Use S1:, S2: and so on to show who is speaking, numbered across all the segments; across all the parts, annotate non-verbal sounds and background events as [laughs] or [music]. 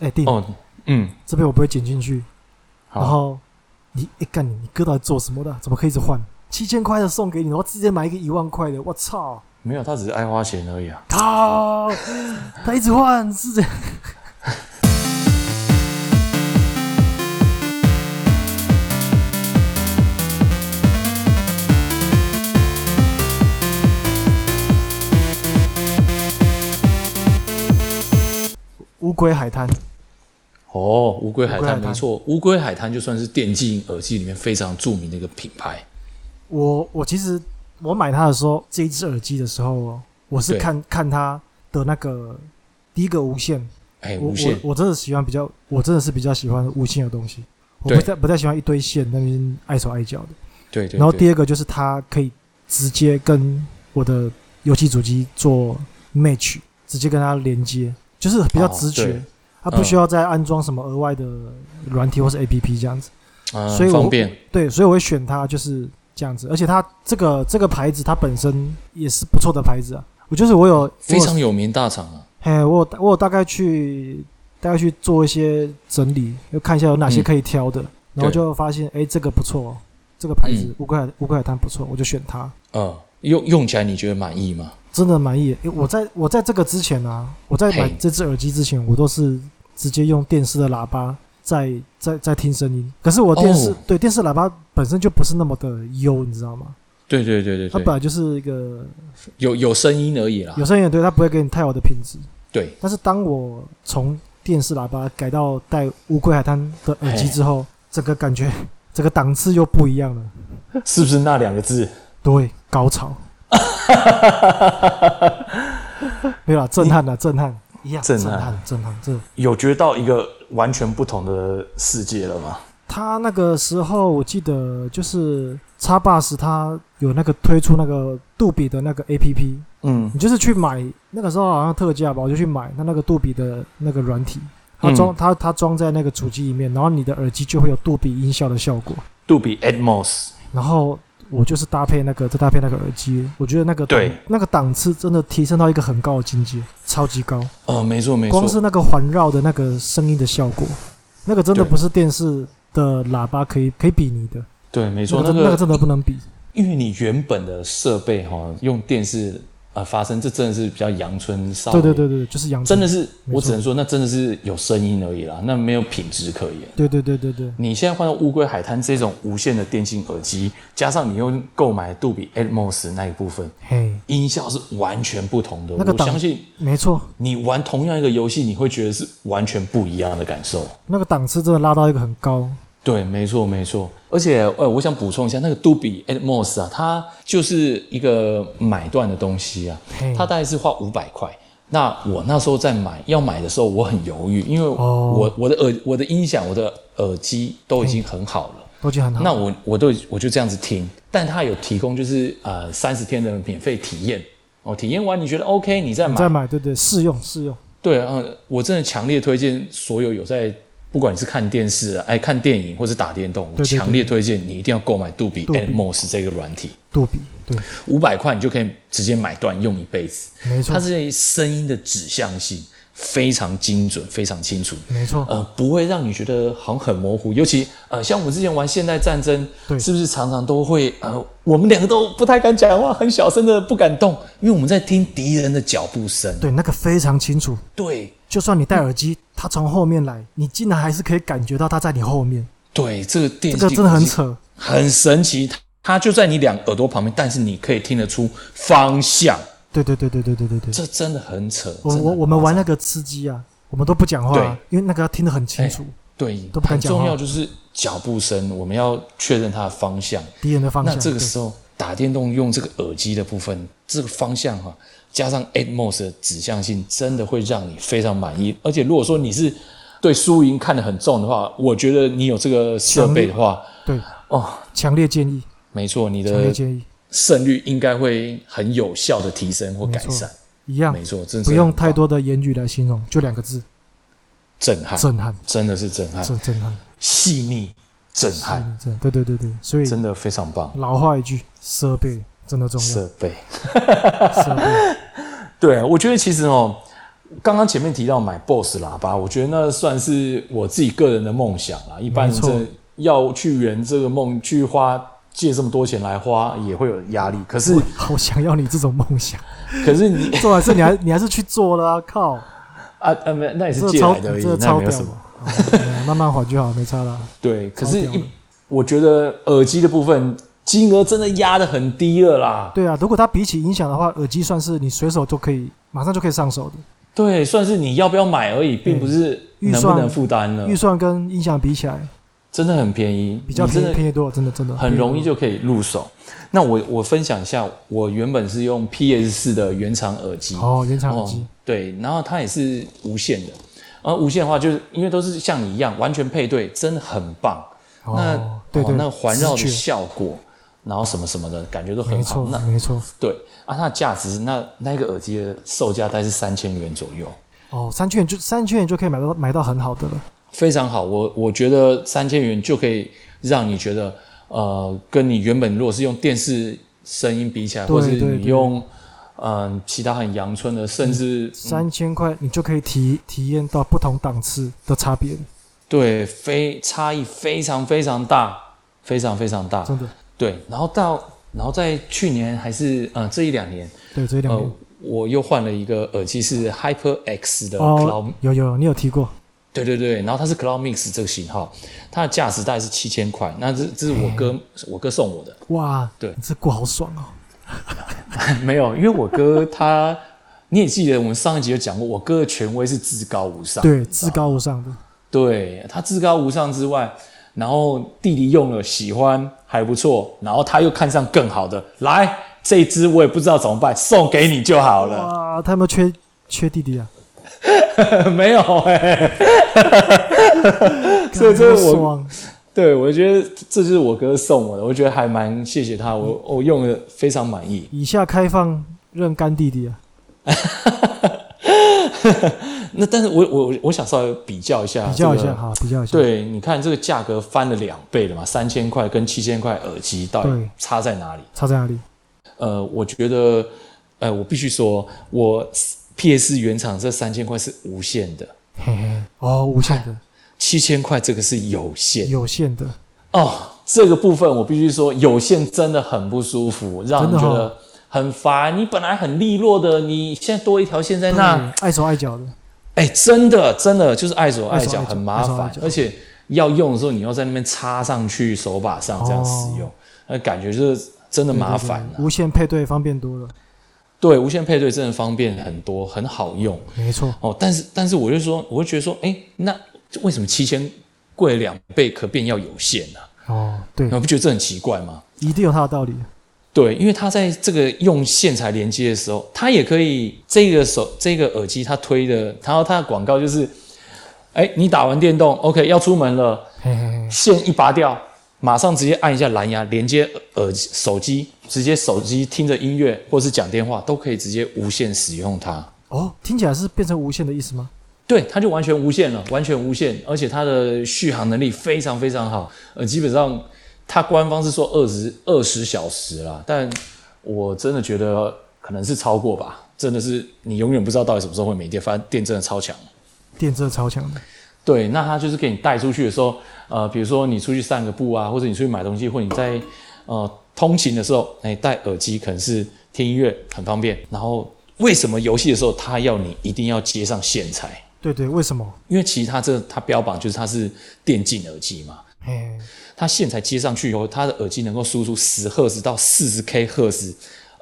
S1: 哎，定、
S2: 哦，嗯，
S1: 这边我不会剪进去。然
S2: 好，
S1: 后你哎干、你你哥到底做什么的？怎么可以一直换？七千块的送给你，我直接买一个一万块的，我操！
S2: 没有，他只是爱花钱而已啊。
S1: 操，他一直换是这样。 [laughs] 乌龟海滩，
S2: 哦，乌龟海
S1: 乌龟海
S2: 滩
S1: 滩
S2: 没错，乌龟海滩就算是电竞耳机里面非常著名的一个品牌。
S1: 我我其实我买它的时候，这一只耳机的时候哦，我是
S2: 对
S1: 看看它的那个第一个无线，
S2: 哎、
S1: 我
S2: 无
S1: 我
S2: 线，
S1: 我真的喜欢比较，我真的是比较喜欢无线的东西，我不
S2: 对
S1: 太不太喜欢一堆线那边碍手碍脚的。
S2: 对对对。
S1: 然后第二个就是它可以直接跟我的游戏主机做 match，直接跟它连接，就是比较
S2: 哦
S1: 直觉
S2: 对，
S1: 它不
S2: 嗯
S1: 需要再安装什么额外的软体或是 APP 这样子。
S2: 嗯
S1: 所以我
S2: 方便，
S1: 对，所以我会选它就是这样子，而且它这个这个牌子它本身也是不错的牌子啊。我就是我有
S2: 非常有名大厂啊。
S1: 哎，我有大我有大概去大概去做一些整理，又看一下有哪些
S2: 嗯
S1: 可以挑的，然后
S2: 对
S1: 就发现哎，这个不错，这个牌子
S2: 嗯
S1: 乌克兰乌克兰滩不错，我就选它，
S2: 嗯，用用起来你觉得满意吗？
S1: 真的满意。哎，我在我在这个之前啊，我在买
S2: 嘿
S1: 这只耳机之前，我都是直接用电视的喇叭在在在听声音，可是我电视、
S2: 哦
S1: 对电视喇叭本身就不是那么的优，你知道吗？
S2: 对对对对
S1: 它
S2: 对，
S1: 本来就是一个
S2: 有有声音而已啦
S1: 有。声音的，对它不会给你太好的品质。 [laughs]
S2: 对，
S1: 但是当我从电视喇叭改到带乌龟海滩的耳机之后，整个感觉， [laughs] 整个档次又不一样了。
S2: 是不是那两个字？
S1: 对，高潮，没有啦，震撼啦，啊震撼，一样，
S3: 震
S1: 震
S3: 撼
S1: 撼，震撼。这
S3: 有觉得到一个完全不同的世界了吗？
S1: 他那个时候我记得就是叉 bus，他有那个推出那个杜比的那个 APP，
S3: 嗯，
S1: 你就是去买，那个时候好像特价吧，我就去买它那个杜比的那个软体，它装、
S2: 嗯
S1: 它它装在那个主机里面，然后你的耳机就会有杜比音效的效果，
S3: 杜比 Atmos，
S1: 然后我就是搭配那个再搭配那个耳机，我觉得那个
S3: 对
S1: 那个档次真的提升到一个很高的境界，超级高，
S2: 呃，没错没错
S1: 光，是那个环绕的那个声音的效果，那个真的
S2: 对
S1: 不是电视的喇叭可以可以比拟的，
S2: 对没错，
S1: 那个
S2: 那
S1: 真那个
S2: 个
S1: 真的不能比，
S2: 因为你原本的设备哈、用电视啊发声，这真的是比较阳春稍微
S1: 对对对对，就是杨
S2: 真的是，
S1: 没错
S2: 我只能说那真的是有声音而已啦，那没有品质可言。
S1: 对对对对对，
S2: 你现在换到乌龟海滩这种无线的电竞耳机，加上你又购买杜比 Atmos 那一部分，
S1: 嘿，
S2: 音效是完全不同的。
S1: 那个
S2: 我
S1: 档
S2: 相信
S1: 没错。
S2: 你玩同样一个游戏，你会觉得是完全不一样的感受。
S1: 那个档次真的拉到一个很高，
S2: 对，没错，没错。而且，呃，我想补充一下，那个杜比 Atmos 啊，它就是一个买断的东西啊
S1: 嘿，
S2: 它大概是花五百块。那我那时候在买要买的时候，我很犹豫，因为我、
S1: 哦
S2: 我的耳我的音响我的耳机都已经很好了。
S1: 都已经很好。
S2: 那我我都我就这样子听，但它有提供就是呃三十天的免费体验哦，体验完你觉得 OK，你再买
S1: 你再买，对对，试用试用，
S2: 对啊、呃我真的强烈推荐所有有在不管你是看电视、啊、哎看电影或是打电动，我
S1: 对对
S2: 强烈推荐你一定要购买杜比
S1: 杜比
S2: Atmos 这个软体，
S1: 杜比，对，
S2: 五百块你就可以直接买断用一辈子。
S1: 没错
S2: 它，这声音的指向性非常精准，非常清楚。
S1: 没错，
S2: 呃，不会让你觉得好像很模糊，尤其呃，像我们之前玩现代战争，
S1: 对
S2: 是不是常常都会呃，我们两个都不太敢讲话，很小声的不敢动，因为我们在听敌人的脚步声。
S1: 对，那个非常清楚。
S2: 对
S1: 就算你戴耳机，它从后面来，你竟然还是可以感觉到它在你后面，
S2: 对，这个电
S1: 这个
S2: 竞
S1: 真的很
S2: 耳机
S1: 扯。
S2: 很神奇，它它就在你两耳朵旁边，但是你可以听得出方向，
S1: 对对对对对对对对，
S2: 这真的很扯。
S1: 我
S2: 真的
S1: 我我们玩那个吃鸡啊，我们都不讲话啊，因为那个要听得很清楚，
S2: 对
S1: 都不敢
S2: 很
S1: 讲话
S2: 重要就是脚步声，我们要确认它的方向。
S1: 敌人的方
S2: 那
S1: 向。
S2: 这个
S1: 对
S2: 时候打电动用这个耳机的部分，这个方向哈、加上 Atmos 的指向性，真的会让你非常满意。而且如果说你是对输赢看得很重的话，我觉得你有这个设备的话，
S1: 对，
S2: 哦，
S1: 强烈建议，
S2: 没错，你
S1: 强烈
S2: 的
S1: 建议，
S2: 胜率应该会很有效的提升或改善。
S1: 一样
S2: 没，错，真
S1: 啊
S2: 是
S1: 不用太
S2: 很棒
S1: 多的言语来形容，就两个字：
S2: 震撼，
S1: 震撼，
S2: 真的是震撼，
S1: 震震撼，
S2: 细腻震撼，
S1: 嗯震，对对对对，所以
S2: 真的非常棒。
S1: 老话一句，设备真的重要。
S2: 设备，
S1: 设备
S2: 对我觉得其实哦，刚刚前面提到买 BOSS 喇叭，我觉得那算是我自己个人的梦想啦。一般
S1: 没错
S2: 这要去圆这个梦，去花借这么多钱来花，也会有压力。 [laughs] 可是，
S1: 好想要你这种梦想，
S2: [laughs] 可是你
S1: 做完事你还你还是去做了啊！靠，
S2: 啊啊，没有，那也是
S1: 这
S2: 借
S1: 超
S2: 来的而已
S1: 这，
S2: 那
S1: 超
S2: 没有
S1: 屌
S2: 什
S1: 的
S2: 么。，
S1: 哦嗯慢慢还就好，没差啦。
S2: 对，可是
S1: 屌
S2: 一
S1: 的
S2: 我觉得耳机的部分金额真的压得很低了啦。
S1: 对啊，如果它比起音响的话，耳机算是你随手就可以马上就可以上手的。
S2: 对，算是你要不要买而已，并不是
S1: 预
S2: 能不
S1: 算
S2: 能负担了
S1: 预。算跟音响比起来，
S2: 真的很便宜，
S1: 比较
S2: 你真
S1: 便
S2: 的
S1: 宜便宜多了，真的真的
S2: 很容易
S1: 便宜
S2: 就可以入手。那我我分享一下，我原本是用 PS 四的原厂耳机，
S1: 多了哦，原厂耳机
S2: 哦，对，然后它也是无线的，而无线的话，就是因为都是像你一样完全配对，真的很棒。那
S1: 哦，对对，
S2: 那个环绕的
S1: 直觉
S2: 效果，然后什么什么的感觉都
S1: 没
S2: 很好
S1: 错。
S2: 哦那
S1: 没错，
S2: 对啊，它的价值那那个耳机的售价大概是三千元左右，
S1: 哦，三千元就三千元就可以买到买到很好的了。
S2: 非常好。我我觉得三千元就可以让你觉得，呃，跟你原本如果是用电视声音比起来，
S1: 对
S2: 或是
S1: 对
S2: 你
S1: 对
S2: 用嗯、呃其他很阳春的，甚至、嗯
S1: 三千块你就可以体体验到不同档次的差别了，
S2: 对非差异非常非常大，非常非常大。
S1: 真的。
S2: 对，然后到然后在去年还是呃这一两年，
S1: 对，这两
S2: 呃
S1: 年、，
S2: 我又换了一个耳机是 Hyper X 的 Cloud，、
S1: 哦，有有有，你有提过，
S2: 对对对，然后它是 Cloud Mix 这个型号，它的价值大概是七千块，那这这是我哥
S1: 哎
S2: 我哥送我的，
S1: 哇，
S2: 对
S1: 你这过好爽哦，
S2: 没有，因为我哥他你也记得我们上一集有讲过，我哥的权威是至高无上，
S1: 对，
S2: 你
S1: 至
S2: 知道吗，
S1: 高无上的，
S2: 对他至高无上之外，然后弟弟用了喜欢还不错，然后他又看上更好的，来这一支我也不知道怎么办，送给你就好了。
S1: 哇，他有没有缺缺弟弟啊？
S2: [laughs] 没有哎、 [laughs] 所以这
S1: 干
S2: 是
S1: 好
S2: 我
S1: 爽，
S2: 对我觉得这就是我哥送我的，我觉得还蛮谢谢他，我我用的非常满意。
S1: 以下开放认干弟弟啊，
S2: 那但是我我我想稍微比较一下、
S1: 比较一
S2: 啊
S1: 下
S2: 这个
S1: 哈，比较一下，
S2: 对，你看这个价格翻了两倍了嘛，三千块跟七千块耳机到底
S1: 对
S2: 差在哪里？
S1: 差在哪
S2: [laughs]
S1: 里？
S2: 呃，我觉得，呃，我必须说，我 PS 原厂这三千块是无线的，
S1: 嘿嘿，哦，无限的，
S2: 七千块这个是有线。
S1: 有限的，
S2: 哦，这个部分我必须说，有线真的很不舒服，让人
S1: 真的
S2: 觉
S1: 哦
S2: 得很烦。你本来很利落的，你现在多一条线在那，
S1: 对爱手爱脚的，
S2: 哎，真的真的就是碍手碍
S1: 碍手
S2: 脚，
S1: 碍脚
S2: 很麻
S1: 碍手
S2: 烦
S1: 碍，脚
S2: 而且要用的时候你要在那边插上去手把上这样使用，那、感觉就是真的
S1: 哦对
S2: 麻
S1: 对
S2: 烦、啊。
S1: 对无线配对方便多了，
S2: 对，无线配对真的方便很多，很好用
S1: 没错，
S2: 哦。但是但是我就说，我就觉得说，哎，那为什么七千贵两倍可变要有线呢、啊？
S1: 哦，对
S2: 你，不觉得这很奇怪吗？
S1: 一定有它的道理，
S2: 对，因为它在这个用线材连接的时候，它也可以这个手这个耳机它推的，然后它的广告就是，哎，你打完电动，OK，要出门了，
S1: 嘿嘿嘿，
S2: 线一拔掉，马上直接按一下蓝牙连接耳手机，直接手机听着音乐或是讲电话都可以直接无线使用它。
S1: 哦，听起来是变成无限的意思吗？
S2: 对，它就完全无线了，完全无线，而且它的续航能力非常非常好。呃，基本上它官方是说二十二十小时啦，但我真的觉得可能是超过吧，真的是你永远不知道到底什么时候会没电，反正电真的超强。
S1: 电真的超强的，
S2: 对，那它就是给你带出去的时候，呃，比如说你出去散个步啊，或者你出去买东西，或者你在呃通勤的时候，哎，戴耳机可能是听音乐很方便。然后为什么游戏的时候它要你一定要接上线材？
S1: 对对，为什么？
S2: 因为其实它这它标榜就是它是电竞耳机嘛，
S1: 嘿，
S2: 它线材接上去以后，它的耳机能够输出十赫兹到四十 K 赫兹，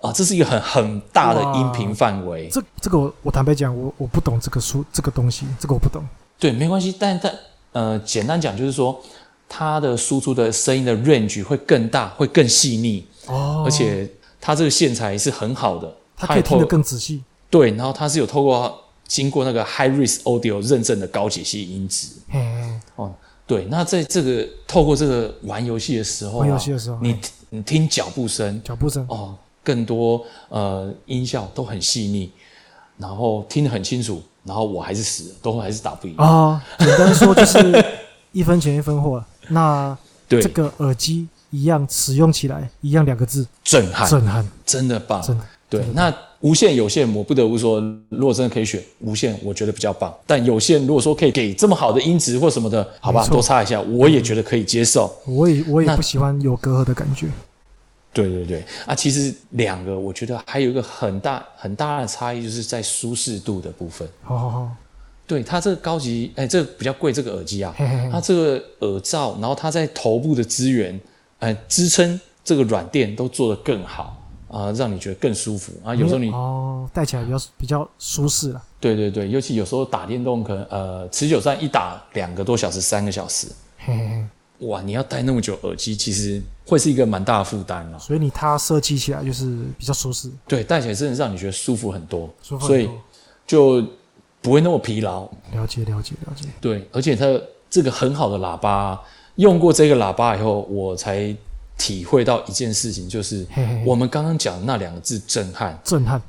S2: 啊、这是一个很很大的
S1: 哇
S2: 音频范围。
S1: 这这个我我坦白讲，我我不懂这个书这个东西，这个我不懂。
S2: 对，没关系，但但呃，简单讲就是说，它的输出的声音的 range 会更大，会更细腻，
S1: 哦，
S2: 而且它这个线材是很好的，
S1: 它可以
S2: 也透
S1: 听得更仔细。
S2: 对，然后它是有透过经过那个 High Res Audio 认证的高解析音质。
S1: 嘿嘿，
S2: 哦，对，那在这个透过这个玩游戏的时候、啊，
S1: 玩游戏的时候
S2: 你你听脚步声
S1: 脚步声，
S2: 哦，更多呃音效都很细腻，然后听得很清楚，然后我还是死了，都还是打不赢。
S1: 啊，简单说就是一分钱一分货。那
S2: 对，
S1: 这个耳机一样使用起来一样两个字，
S2: 震撼，
S1: 震撼，
S2: 真的棒。
S1: 真的
S2: 对，那无线有线，我不得不说，如果真的可以选无线，我觉得比较棒。但有线如果说可以给这么好的音质或什么的，好吧
S1: 没，错嗯
S2: 多插一下，我也觉得可以接受。
S1: 我也我也
S2: 那
S1: 不喜欢有隔阂的感觉。
S2: 对对对，啊，其实两个我觉得还有一个很大很大的差异，就是在舒适度的部分。
S1: 好好好，
S2: 对它这个高级，哎，这个比较贵，这个耳机啊，
S1: 嘿嘿嘿
S2: 它这个耳罩，然后它在头部的资源，呃，支撑这个软垫都做得更好啊、让你觉得更舒服啊。有时候你
S1: 哦戴起来比较比较舒适了。
S2: 对对对，尤其有时候打电动，可能呃持久战一打两个多小时、三个小时，
S1: 嘿嘿嘿，
S2: 哇，你要戴那么久耳机，其实会是一个蛮大的负担了。
S1: 所以你它设计起来就是比较舒适，
S2: 对，戴起来真的让你觉得舒服很多，
S1: 舒服
S2: 所
S1: 很
S2: 以
S1: 多。
S2: 就不会那么疲劳。
S1: 了解了解了解，
S2: 对，而且它这个很好的喇叭啊、用过这个喇叭以后，我才体会到一件事情，就是
S1: 嘿嘿嘿
S2: 我们刚刚讲的那两个字“震撼
S1: 震撼”，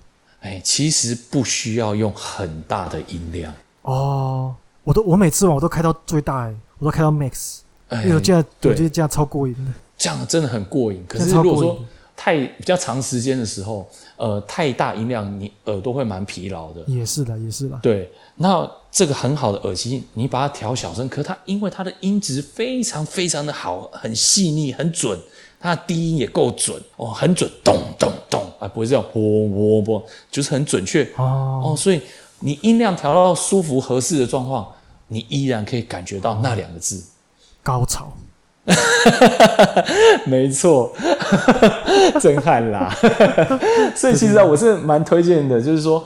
S2: 哎，其实不需要用很大的音量。
S1: 哦！我都我每次玩我都开到最大、欸，我都开到 max，
S2: 哎
S1: 因为我这样我
S2: 对
S1: 觉得这样超过瘾的。
S2: 这样真的很过瘾。可是
S1: 这样超
S2: 如
S1: 过瘾
S2: 果说太比较长时间的时候，呃，太大音量，你耳朵会蛮疲劳的。
S1: 也是的，也是的，
S2: 对，那这个很好的耳机，你把它调小声，可它因为它的音质非常非常的好，很细腻，很准，它的低音也够准哦，很准，咚咚咚啊，不会这样啵啵啵，就是很准确
S1: 哦
S2: 哦。所以你音量调到舒服合适的状况，你依然可以感觉到那两个字。
S1: 高潮。
S2: [laughs] 没错，震撼啦！ [laughs] 所以其实啊，我是蛮推荐的，就是说，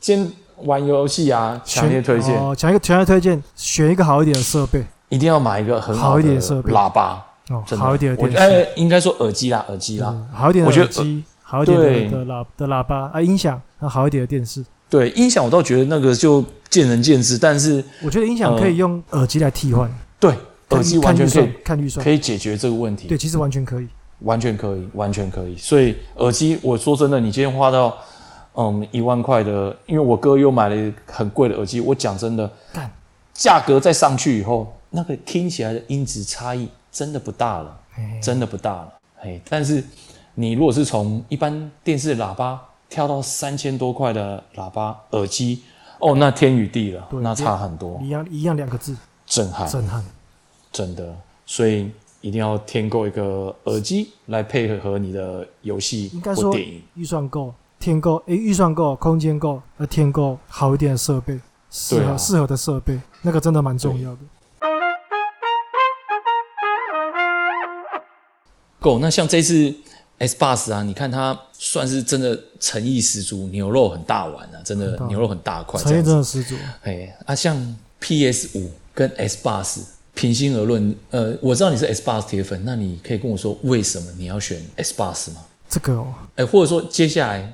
S2: 先玩游戏啊，强烈推荐，
S1: 哦，强烈强烈推荐，选一个好一点的设备
S2: 一定要买一个很
S1: 好
S2: 的
S1: 一点的设备
S2: 喇叭，
S1: 哦，
S2: 真的
S1: 好一点的
S2: 我
S1: 电
S2: 哎、
S1: 视，
S2: 应该说耳机啦，耳机啦，
S1: 嗯好一点
S2: 我
S1: 的
S2: 觉
S1: 耳
S2: 得
S1: 机，好一点
S2: 对
S1: 的的喇的喇叭啊，音响，啊，好一点的电视。
S2: 对，音响我倒觉得那个就见仁见智，但是
S1: 我觉得音响可以用耳机来替换，
S2: 对，
S1: 看
S2: 嗯耳机完全可
S1: 看
S2: 以
S1: 预算，
S2: 可
S1: 看预算，
S2: 以解决这个问题
S1: 对，，其实完全可以。
S2: 完全可以，完全可以。所以耳机，我说真的，你今天花到嗯一万块的，因为我哥又买了很贵的耳机，我讲真的
S1: 干，
S2: 价格再上去以后，那个听起来的音质差异真的不大了，
S1: 哎，
S2: 真的不大了。嘿，但是你如果是从一般电视喇叭跳到三千多块的喇叭耳机，哦，那天与地了，
S1: 对
S2: 那差很多，
S1: 一样一样两个字，
S2: 震撼。
S1: 震撼。
S2: 真的，所以一定要添购一个耳机来配合你的游戏
S1: 应该
S2: 或
S1: 说
S2: 电影。
S1: 预算够，添购，诶，预算够，空间够，呃，添购好一点的设备，适
S2: 对
S1: 合
S2: 啊
S1: 适合的设备，那个真的蛮重要的。
S2: 够，哦那像这次 S Bus 啊，你看它算是真的诚意十足，牛肉很大碗啊，真的
S1: 大碗
S2: 牛肉很大块
S1: 诚
S2: 这
S1: 意
S2: 样
S1: 真
S2: 子。
S1: 的十足，
S2: 哎，啊，像 PS 五跟 S Bus 平心而论，呃，我知道你是 S Bus 铁粉，那你可以跟我说为什么你要选 S Bus 吗？
S1: 这个哦，
S2: 哎，或者说接下来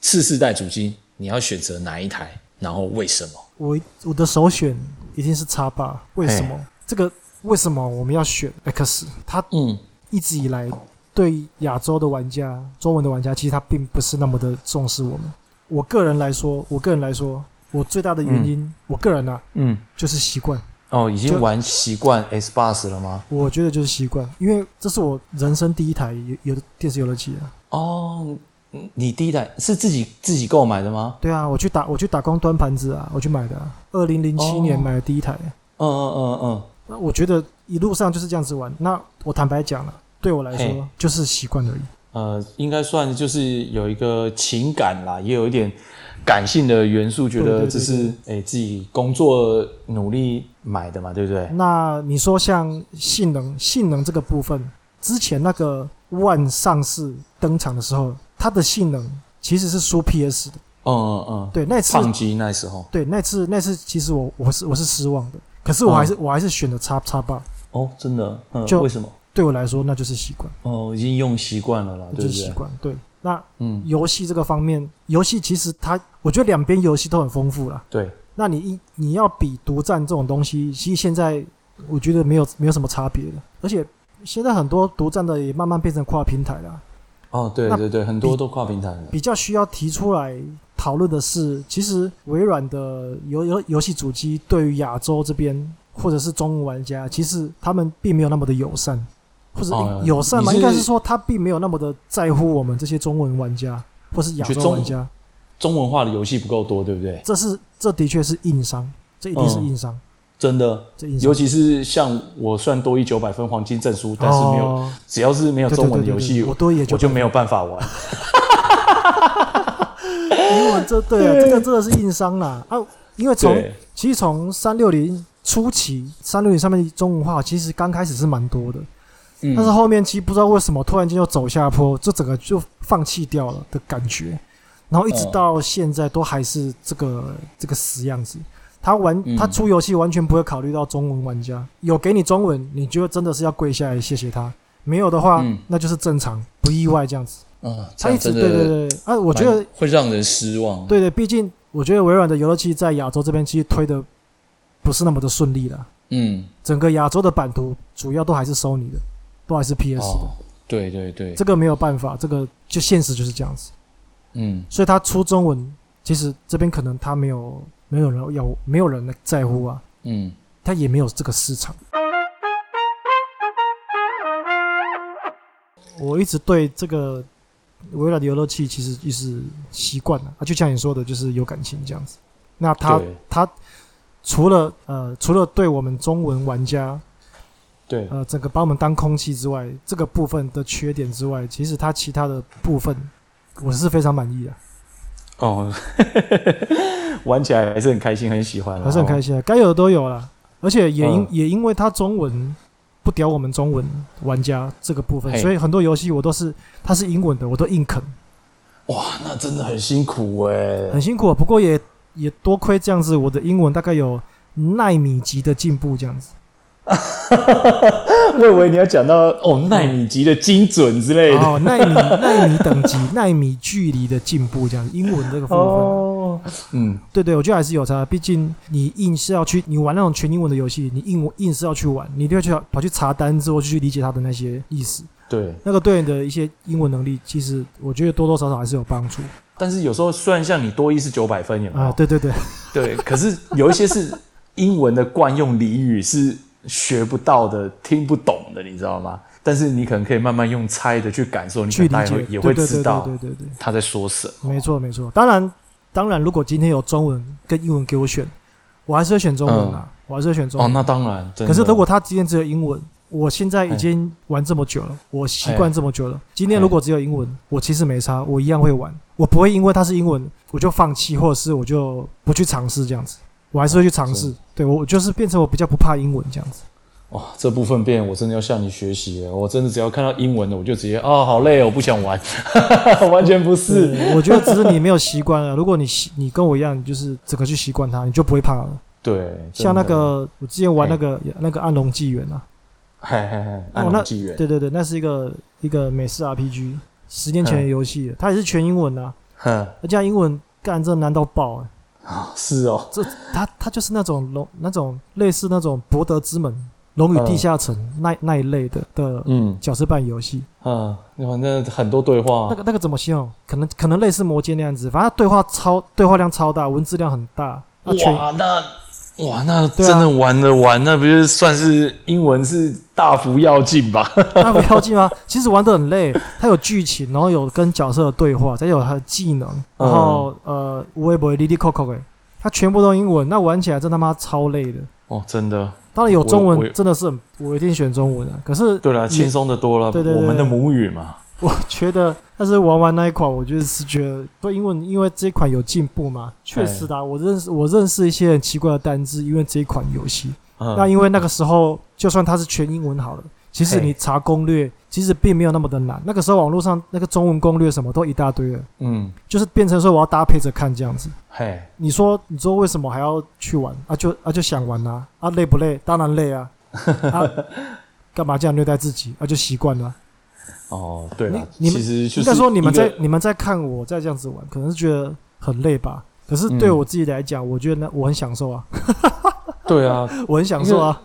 S2: 次世代主机你要选择哪一台，然后为什么？
S1: 我我的首选一定是叉八，为什
S2: 哎
S1: 么？这个为什么我们要选 X？它
S2: 嗯，
S1: 一直以来对亚洲的玩家、中文的玩家，其实他并不是那么的重视我们。我个人来说，我个人来说，我最大的原因，我个人啊，
S2: 嗯，
S1: 就是习惯。
S2: 哦，已
S1: 就
S2: 经玩习惯 S Bus 了吗？
S1: 我觉得就是习惯，因为这是我人生第一台有有的电视游乐机啊。
S2: 哦，嗯你第一台是自己自己购买的吗？
S1: 对啊，我去打我去打工端盘子啊，我去买的、啊，二零零七年
S2: 哦
S1: 买的第一台、
S2: 嗯嗯嗯
S1: 那我觉得一路上就是这样子玩。那我坦白讲了，对我来
S2: 嘿
S1: 说就是习惯而已。
S2: 嗯，呃，应该算就是有一个情感啦，也有一点感性的元素，觉
S1: 对
S2: 得
S1: 对
S2: 这是诶、自己工作努力买的嘛，对不对？
S1: 那你说像性能性能这个部分，之前那个 One 上市登场的时候，它的性能其实是输 PS 的。
S2: 嗯嗯嗯，
S1: 对，那次
S2: 放机那时候
S1: 对那次那次其实我我是我是失望的，可是我还是、我还是选了叉叉八。
S2: 哦，真的，嗯，
S1: 就
S2: 为什么？
S1: 对我来说，那就是习惯，
S2: 哦，已经用习惯了啦，
S1: 那
S2: 对
S1: 就
S2: 不
S1: 是习
S2: 对？
S1: 惯。对，那
S2: 嗯，
S1: 游戏这个方面，游戏其实它，我觉得两边游戏都很丰富啦。
S2: 对，
S1: 那你一你要比独占这种东西，其实现在我觉得没有没有什么差别了，而且现在很多独占的也慢慢变成跨平台了。
S2: 哦，对
S1: 那
S2: 对对，很多都跨平台了，
S1: 比较需要提出来讨论的是，其实微软的游游游戏主机对于亚洲这边或者是中文玩家，其实他们并没有那么的友善，或者
S2: 哦
S1: 友善嘛，
S2: 你
S1: 应
S2: 是
S1: 该是说他并没有那么的在乎我们这些中文玩家。或是亚
S2: 你觉得
S1: 洲
S2: 中
S1: 玩家，
S2: 中文化的游戏不够多，对不对？
S1: 这是这的确是硬伤，这一定是
S2: 嗯
S1: 硬伤，
S2: 真的，
S1: 这硬伤
S2: 尤。其是像我算多一九百分黄金证书，但是没有，
S1: 哦
S2: 只要是没有
S1: 对对
S2: 中文
S1: 对
S2: 的
S1: 对
S2: 游戏，
S1: 对我多也
S2: 我就没有办法玩。
S1: 英文这对啊，这
S2: [laughs]
S1: 个真的是硬伤啦啊！因为从
S2: 对，
S1: 其实从三六零初期，三六零上面的中文化其实刚开始是蛮多的，
S2: 嗯
S1: 但是后面期不知道为什么突然间就走下坡，这整个就放弃掉了的感觉，然后一直
S2: 哦
S1: 到现在都还是这个这个死样子。他玩
S2: 嗯
S1: 他出游戏完全不会考虑到中文玩家，有给你中文，你就真的是要跪下来谢谢他；没有的话
S2: 嗯，
S1: 那就是正常，不意外这样子。
S2: 啊，这
S1: 他一
S2: 样
S1: 直
S2: 真
S1: 对对
S2: 的，
S1: 对，对啊，我觉得
S2: 会让人失望。
S1: 对对，毕竟我觉得微软的游乐器在亚洲这边其实推的不是那么的顺利了。
S2: 嗯，
S1: 整个亚洲的版图主要都还是 Sony 的，都还是 PS 的，
S2: 哦，对对对，
S1: 这个没有办法，这个就现实就是这样子。
S2: 嗯
S1: 所以他出中文，其实这边可能他没有没有人要，没有人在乎啊，
S2: 嗯，
S1: 他也没有这个市场。我一直对这个微软的游乐器其实就是习惯了，啊，就像你说的，就是有感情这样子。那他
S2: 对
S1: 他除了呃除了对我们中文玩家
S2: 对，
S1: 呃整个把我们当空气之外，这个部分的缺点之外，其实他其他的部分我是非常满意的，
S3: 哦， [laughs] 玩起来还是很开心，很喜
S2: 哦
S3: 欢，啊
S1: 还是很开
S3: 心。
S1: 心的，该有的都有了。而且也因、
S3: 嗯
S1: 也因为他中文不屌我们中文玩家这个部分，
S2: 嘿
S1: 所以很多游戏我都是它是英文的，我都硬啃，
S3: 哦
S2: 哇，那真的很辛苦哎、
S3: 欸
S1: 很辛苦。不过也也多亏这样子，我的英文大概有奈米级的进步这样子。
S3: 我以为你要讲到哦，纳米级的精准之类的。
S1: 哦，奈米奈米等级、奈米距离的进步这样子，英文这个部分。
S3: 哦，嗯，
S1: 对对，我觉得还是有差。毕竟你硬是要去，你玩那种全英文的游戏，你硬硬是要去玩，你一定会去跑去查单字，或去理解它的那些意思。
S3: 对。
S1: 那个对你的一些英文能力，其实我觉得多多少少还是有帮助
S3: 但是有时候虽然像你多一是九百分，有没有？
S1: 啊。对对对，
S2: [laughs]
S3: 对，可是有一些是英文的惯用俚语是学不到的、听不懂的，你知道吗？但是你可能可以慢慢用猜的去感受，你可能
S1: 去理
S3: 大概
S1: 解
S3: 会，也会
S1: 对对
S3: 知道
S1: 对对对对
S3: 他在说什么。
S1: 对，没错没错。当然当然，如果今天有中文跟英文给我选，我还是会选中文啦，我还是会选中
S2: 哦，
S1: 文。
S2: 那当然，真的
S1: 可是如果他今天只有英文，我现在已经玩这么久
S2: 哎
S1: 了，我习惯这么久了。今天如果只有英文，我其实没差，我一样会玩。我不会因为它是英文，我就放弃，或者是我就不去尝试这样子。我还是会去尝试
S2: 哦是。
S1: 对我我就是变成我比较不怕英文这样子。
S2: 哇，这部分变我真的要向你学习了。我真的只要看到英文的，我就直接哦，好累哦，我不想玩， [laughs] 完全不是。
S1: 对，我觉得只是你没有习惯了。如果你习，你跟我一样，你就是整个去习惯它，你就不会怕了。
S2: 对，真的哎
S1: 像那，个我之前玩那个那个《暗龙纪元》啊，
S2: 嘿嘿嘿，
S1: 哦
S2: 暗
S1: 那
S2: 龙纪元，
S1: 对对对，那是一个一个美式 RPG，十年前
S2: 哎
S1: 的游戏了，它也是全英文的、啊。
S2: 哼，
S1: 而且英文干这难到爆、欸，
S2: 是哦，
S1: 这他他就是那种龙那种类似那种博德之门、龙与地下城、那那一类的的
S2: 嗯
S1: 角色扮演游戏，
S2: 嗯，反正很多对话
S1: 那，个那个怎么形容？可能可能类似魔戒那样子，反正它对话超对话量超大，文字量很大，那全
S2: 哇，那哇，那
S1: 对
S2: 真
S1: 啊
S2: 的玩的玩，那不就算是英文是大幅要进吧？ [laughs]
S1: 那不要紧吗？ [laughs] 其实玩的很累，它有剧情，然后有跟角色的对话，再有它的技能，
S2: 嗯
S1: 然后、呃，微博、滴滴、Coco 哎，它全部都英文，那玩起来真他妈超累的。
S2: 哦，真的，
S1: 当然有中
S2: 我我
S1: 文，真的是很，我一定选中文啊。可是
S3: 对了，
S1: 你
S3: 轻松的多了，
S1: 对对对
S3: 我们的
S1: 对
S3: 母语嘛。
S1: [laughs] 我觉得，但是玩完那一款，我觉得是觉得对英文，因为这一款有进步嘛，确实的啊、我认识我认识一些很奇怪的单字，因为这一款游戏。那
S3: 嗯，
S1: 因为那个时候，就算它是全英文好了，其实
S2: 嘿
S1: 你查攻略，其实并没有那么的难。那个时候网络上那个中文攻略什么都一大堆了，
S2: 嗯，
S1: 就是变成说我要搭配着看这样子。
S2: 嘿，
S1: 你说，你说为什么还要去玩啊？就啊就想玩啊，啊累不累？当然累啊，啊干嘛这样虐待自己？啊就习惯了啊。
S2: 哦，对了，
S1: 你你们
S2: 其实就是
S1: 应该说你们
S2: 一个
S1: 在你们在看我在这样子玩，可能是觉得很累吧。可是对
S2: 嗯
S1: 我自己来讲，我觉得那我很享受啊， [laughs]
S2: 对啊，
S1: 我很享受啊。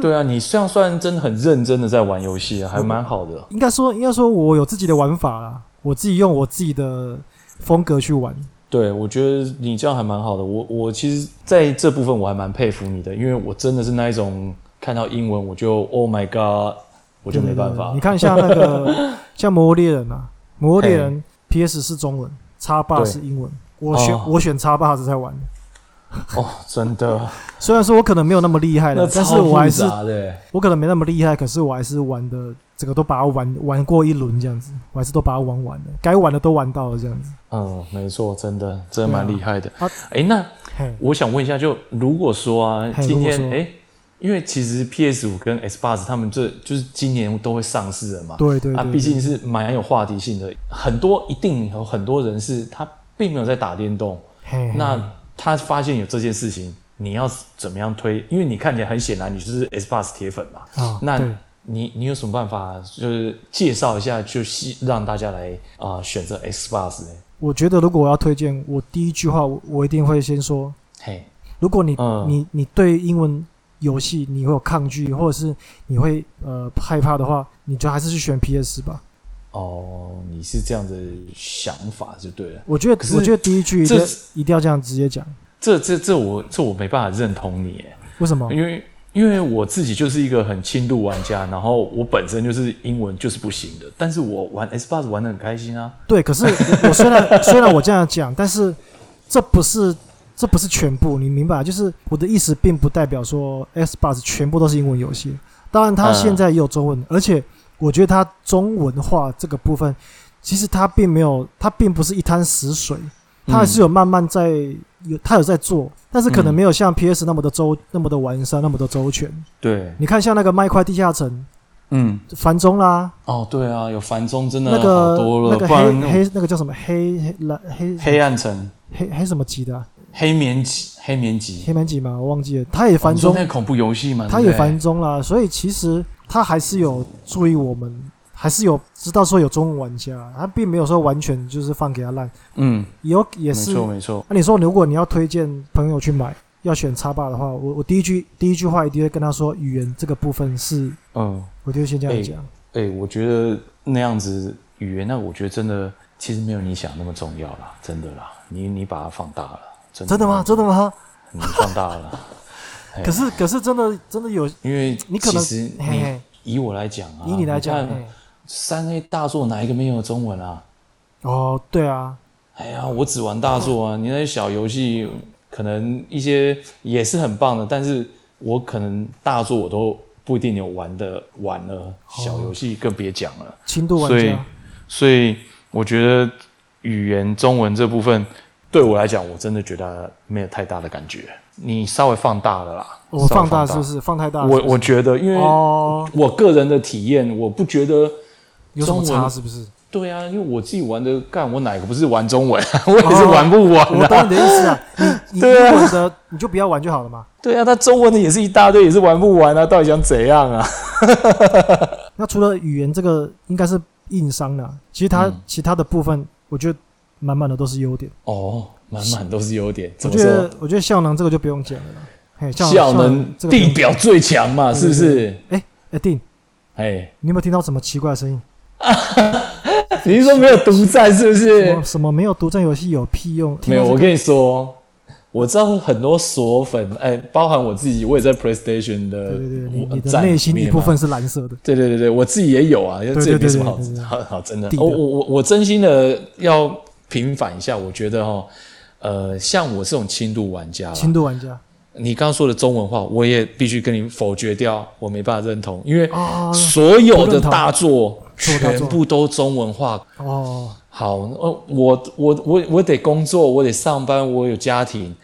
S2: 对啊，你这样算真的很认真的在玩游戏啊，还蛮好的。
S1: 应该说，应该说我有自己的玩法啦，我自己用我自己的风格去玩。
S2: 对，我觉得你这样还蛮好的。我我其实在这部分我还蛮佩服你的，因为我真的是那一种看到英文我就 Oh my God，我就没办
S1: 对对
S2: 法 [laughs]
S1: 对你。看像那个像《魔物猎人》啊，《魔物猎人》 PS 是中文，叉把
S3: 对
S1: 是英文。我选、
S2: 哦
S1: 我选叉把子在玩，
S3: 哦，真的，
S1: 虽然说我可能没有那么厉害了，但是我还是
S2: 那超复杂的，
S1: 我可能没那么厉害，可是我还是玩的这个都把它玩玩过一轮这样子，我还是都把它玩完了，该玩的都玩到了这样子。
S3: 嗯，没错，真的，真的蛮
S1: 对啊
S3: 厉害的。哎、
S1: 啊
S3: 那
S1: 嘿，
S3: 我想问一下，就如果说啊，
S1: 嘿
S3: 今天
S1: 如果
S3: 哎、
S1: 说
S3: 因为其实 PS 五跟 Xbox 他们这就是今年都会上市的嘛，
S1: 对对对
S3: 啊，毕竟是蛮有话题性的，很多一定有很多人是他并没有在打电动，
S1: 嘿，
S3: 那他发现有这件事情，你要怎么样推？因为你看起来很显然你就是 Xbox 铁粉嘛，
S1: 啊，
S3: 那
S1: 对
S3: 你你有什么办法，就是介绍一下，就是让大家来啊、选择 Xbox 呢？
S1: 我觉得如果我要推荐，我第一句话我我一定会先说，
S3: 嘿，
S1: 如果你、
S3: 嗯
S1: 你你对英文游戏你会有抗拒，或者是你会呃害怕的话，你就还是去选 PS 吧。
S3: 哦，你是这样的想法就对了。
S1: 我觉
S3: 可
S1: 得
S3: 是
S1: 我觉得第一句一定
S3: 这
S1: 要一定要这样直接讲，
S3: 这这这我这我没办法认同你耶，
S1: 为什么？
S3: 因为因为我自己就是一个很轻度玩家，然后我本身就是英文就是不行的，但是我玩 Xbox 玩的很开心啊。
S1: 对，可是我
S3: [laughs]
S1: 虽然虽然我这样讲，但是这不是这不是全部，你明白？就是我的意思，并不代表说 Xbox 全部都是英文游戏。当然，它
S3: 嗯
S1: 现在也有中文，而且我觉得它中文化这个部分，其实它并没有，它并不是一滩死水，它还是有慢慢在有，它有在做，但是可
S3: 嗯
S1: 能没有像 PS 那么的周那么的完善，那么的周全。
S3: 对，
S1: 你看，像那个《麦块地下城
S3: 嗯，》
S1: 繁中啦，
S3: 哦，对啊，有繁中真的
S1: 那
S3: 好
S1: 个
S3: 多了，
S1: 那个
S3: 不然
S1: 黑黑那个叫什么黑黑蓝黑
S3: 黑暗城、
S1: 黑黑什么级的啊、
S3: 黑棉集、黑棉集，
S1: 黑门级嘛，我忘记了。他也
S3: 哦
S1: 繁
S3: 你说
S1: 中
S3: 那，个恐怖游戏嘛，
S1: 他
S3: 对不
S1: 也
S3: 对
S1: 繁中啦，所以其实他还是有注意我们，还是有知道说有中文玩家，他并没有说完全就是放给他烂，
S3: 嗯，
S1: 有也
S3: 没
S1: 是。啊
S3: 错没错，
S1: 那、你说如果你要推荐朋友去买，要选叉把的话，我我第一句第一句话一定会跟他说，语言这个部分是，
S3: 嗯，
S1: 我就先这
S3: 哎
S1: 样讲。
S3: 哎、我觉得那样子语言，那我觉得真的其实没有你想那么重要啦，真的啦，你你把它放大了，真的
S1: 真的吗？真的吗？
S3: 你放大
S1: [laughs]
S3: 了，哎
S1: 可是可是真的真的有，
S3: 因为
S1: 你可能
S3: 其实
S1: 嘿
S3: 你
S1: 嘿
S3: 以我来讲啊，
S1: 以你来讲，
S3: 看
S1: 哎
S3: 三 A 大作哪一个没有中文啊？
S1: 哦，对啊，
S3: 哎呀，我只玩大作
S1: [laughs]
S3: 啊，你那些小游戏可能一些也是很棒的，但是我可能大作我都不一定有玩的玩了，
S1: 哦
S3: 小游戏更别讲了。
S1: 轻度玩
S3: 所以
S1: 家，
S3: 所以我觉得语言中文这部分对我来讲，我真的觉得没有太大的感觉。你稍微放大了啦，
S1: 我
S3: 稍微
S1: 放
S3: 放
S1: 大是不是放太大了是
S3: 我
S1: 不是？
S3: 我觉得，因为
S1: 哦，
S3: 我个人的体验，我不觉得。
S1: 有什么
S3: 中文
S1: 差是
S3: [laughs]
S1: 不是？
S3: 对啊，因为我自己玩的，干我哪个不是玩中文，啊 [laughs] 我也是玩不完
S1: 我
S3: 的、
S1: 懂你的意思啊，
S3: [laughs]
S1: 你你英
S3: 对啊
S1: 文的你就不要玩就好了嘛。
S3: 对啊，他中文的也是一大堆，也是玩不完啊，到底想怎样啊？
S1: 那除了语言这个，应该是硬伤啦。其实它
S3: 嗯
S1: 其他的部分，我觉得满满的都是优点。
S3: 哦，满满都是优点，
S1: 我
S3: 怎么
S1: 觉
S3: 说
S1: 得？我觉得效能这个就不用讲了啦。嘿，效
S3: 效能
S1: 能这个不用
S2: 地表最强嘛，是不是？
S1: 哎哎定，
S2: 哎，
S1: 你有没有听到什么奇怪的声音？
S2: 你是说没有独占是不
S1: 什
S2: 是
S1: 么？什么没有独占游戏有屁用？
S2: 没
S1: 听到
S2: 有，
S1: 这
S2: 我
S1: 个
S2: 跟你说，我知道很多锁粉，哎，包含我自己，我也在 PlayStation 的
S1: 对对对，你
S2: 我
S1: 你的
S2: 站里
S1: 内心一
S2: 面
S1: 部
S2: 嘛
S1: 分是蓝色的。
S2: 对对对对，我自己也有啊，
S1: 对
S2: 这也没什么好
S1: 对对对对
S2: 好好真的
S1: 地。的
S2: 我我我我真心的要平反一下，我觉得哈，呃，像我这种轻度玩
S3: 啊
S2: 家啦，
S1: 轻度玩家
S2: 你刚刚说的中文话，我也必须跟你否决掉，我没办法认同，因为
S1: 啊
S2: 所有
S1: 不
S2: 的
S1: 认同
S2: 大作
S1: 所有大
S2: 全
S1: 作
S2: 部都中文化。
S1: 哦，
S2: 好，呃，我我我我得工作，我得上班，我有家庭。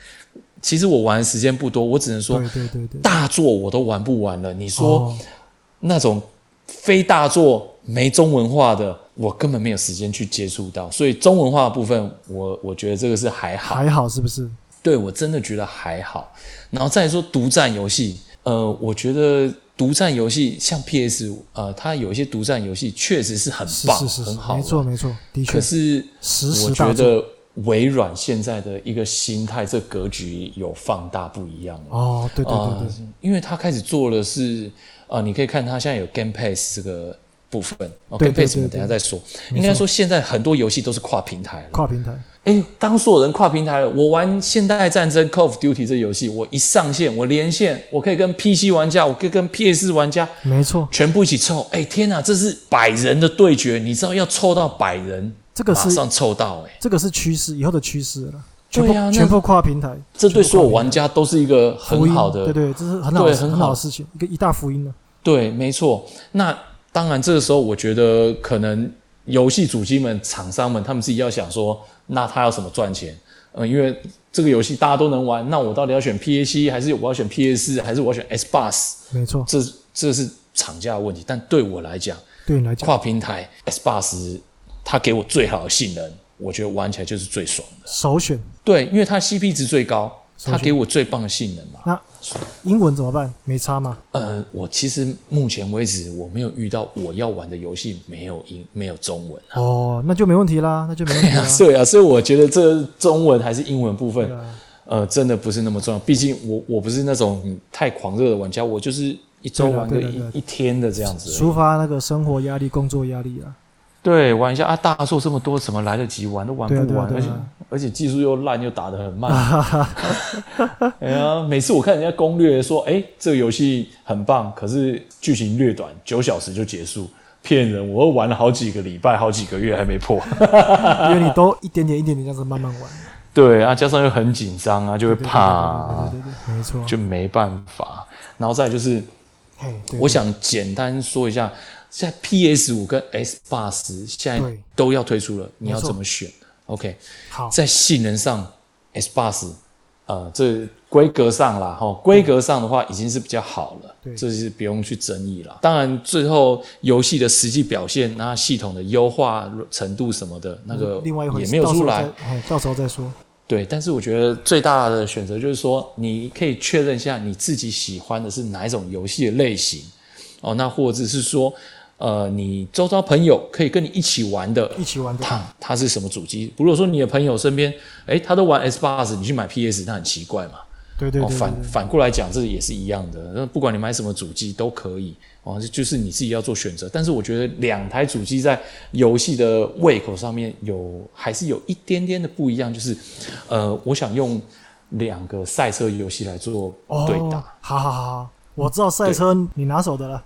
S2: 其实我玩的时间不多，我只能说
S1: 对对对对，
S2: 大作我都玩不完了。你说、
S1: 哦
S2: 那种非大作没中文化的，我根本没有时间去接触到，所以中文化的部分，我我觉得这个是还好，
S1: 还好是不是？
S2: 对我真的觉得还好。然后再来说独占游戏，呃，我觉得独占游戏像 PS 五，呃，它有一些独占游戏确实是很
S1: 是
S2: 棒，
S1: 是是是
S2: 很，好
S1: 没
S2: 玩，
S1: 错没错，的确
S2: 可，是
S1: 实时
S2: 我
S1: 大
S2: 觉
S1: 作
S2: 得微软现在的一个心态，这格局有放大不一样了。
S1: 哦，对对对对
S2: 呃，因为他开始做的是，呃，你可以看他现在有 Game Pass 这个部分、哦、
S1: 对
S2: g a m e Pass 我
S1: 对对
S2: 们等一下再说。应该说现在很多游戏都是跨平台了。
S1: 跨平台。
S2: 哎，当所有人跨平台了，我玩《现代战争》Call of Duty 这游戏，我一上线，我连线，我可以跟 PC 玩家，我可以跟 PS 玩家
S1: 没错，
S2: 全部一起凑。哎，天哪，这是百人的对决，你知道要凑到百人，
S1: 这个
S2: 马
S1: 是
S2: 上凑到哎、
S1: 这个是趋势，以后的趋势了。全
S2: 对
S1: 部、
S2: 啊那
S1: 全部跨平台，
S2: 这对所
S1: 全部跨
S2: 有
S1: 平台
S2: 玩家都是一个
S1: 福
S2: 很
S1: 音
S2: 好的
S1: 对对，这是很好
S2: 对
S1: 的
S2: 很
S1: 很好
S2: 好
S1: 的事情，一个一大福音了。
S2: 对，没错。那当然，这个时候我觉得可能游戏主机们、厂商们，他们自己要想说，那他要怎么赚钱？嗯、因为这个游戏大家都能玩，那我到底要选 PAC 还是我要选 PS，还是我要选 Xbox？
S1: 没错，
S2: 这这是厂家的问题。但对我来讲，
S1: 对你来讲
S2: 跨平台 Xbox 它给我最好的性能，我觉得玩起来就是最爽的。
S1: 首选，
S2: 对，因为它 CP 值最高，它
S1: 首选
S2: 给我最棒的性能嘛。
S1: 那英文怎么办？没差嘛？
S2: 呃，我其实目前为止我没有遇到我要玩的游戏没有英没有中文。
S1: 哦，那就没问题啦，那就没问
S2: [laughs]
S1: 题啦。
S2: 对啊，所以我觉得这中文还是英文部分
S1: 对，啊
S2: 呃，真的不是那么重要。毕竟我我不是那种太狂热的玩家，我就是一周
S1: 对啊
S2: 玩个
S1: 对啊对啊
S2: 一一天的这样子而已。
S1: 抒发那个生活压力、工作压力啊。
S3: 对，玩一下啊，大作这么多，怎么来得及玩？都玩
S1: 对啊
S3: 不
S1: 对啊
S3: 完，
S1: 对
S3: 而且
S1: 啊
S2: 而且技术又烂，又打得
S1: [laughs]
S2: 很慢。哎呀，每次我看人家攻略说，哎、这个游戏很棒，可是剧情略短，九小时就结束，骗人！我又玩了好几个礼拜，好几个月还没
S1: [laughs]
S2: 破。
S1: 因为你都一点点、一点点这样子慢慢
S2: [laughs]
S1: 玩，
S3: 对啊，加上又很紧张啊，就会
S1: 对
S3: 怕、啊
S1: 对，对对对对，没错。
S2: 就没办法。然后再来就是，
S1: 嘿，对
S2: 我想简单说一下，现在 PS 五跟 Xbox 现在
S1: 对
S2: 都要推出了，你要
S1: 没错
S2: 怎么选？OK，
S1: 好，
S2: 在性能上，Xbox 呃，这规格上啦，哈、规格上的话已经是比较好了，
S1: 对
S2: 这是不用去争议啦。当然，最后游戏的实际表现，那系统的优化程度什么的，那个
S1: 嗯另外一回
S2: 也
S1: 事
S2: 没有
S1: 到时
S2: 出
S1: 候
S2: 来
S1: 再。嘿到时候再说。
S2: 对，但是我觉得最大的选择就是说，你可以确认一下你自己喜欢的是哪一种游戏的类型哦，那或者是说，呃，你周遭朋友可以跟你一起玩的，
S1: 一起玩的，
S2: 他他是什么主机？如果说你的朋友身边，诶，他都玩 Xbox，你去买 PS，那很奇怪嘛。
S1: 对对
S2: 哦，
S1: 对对
S2: 反
S1: 对，
S2: 反过来讲，这也是一样的。那不管你买什么主机都可以哦，就就是你自己要做选择。但是我觉得两台主机在游戏的胃口上面有还是有一点点的不一样，就是呃，我想用两个赛车游戏来做对
S1: 哦
S2: 打。
S1: 哦，好好好好，我知道赛车你拿手的了，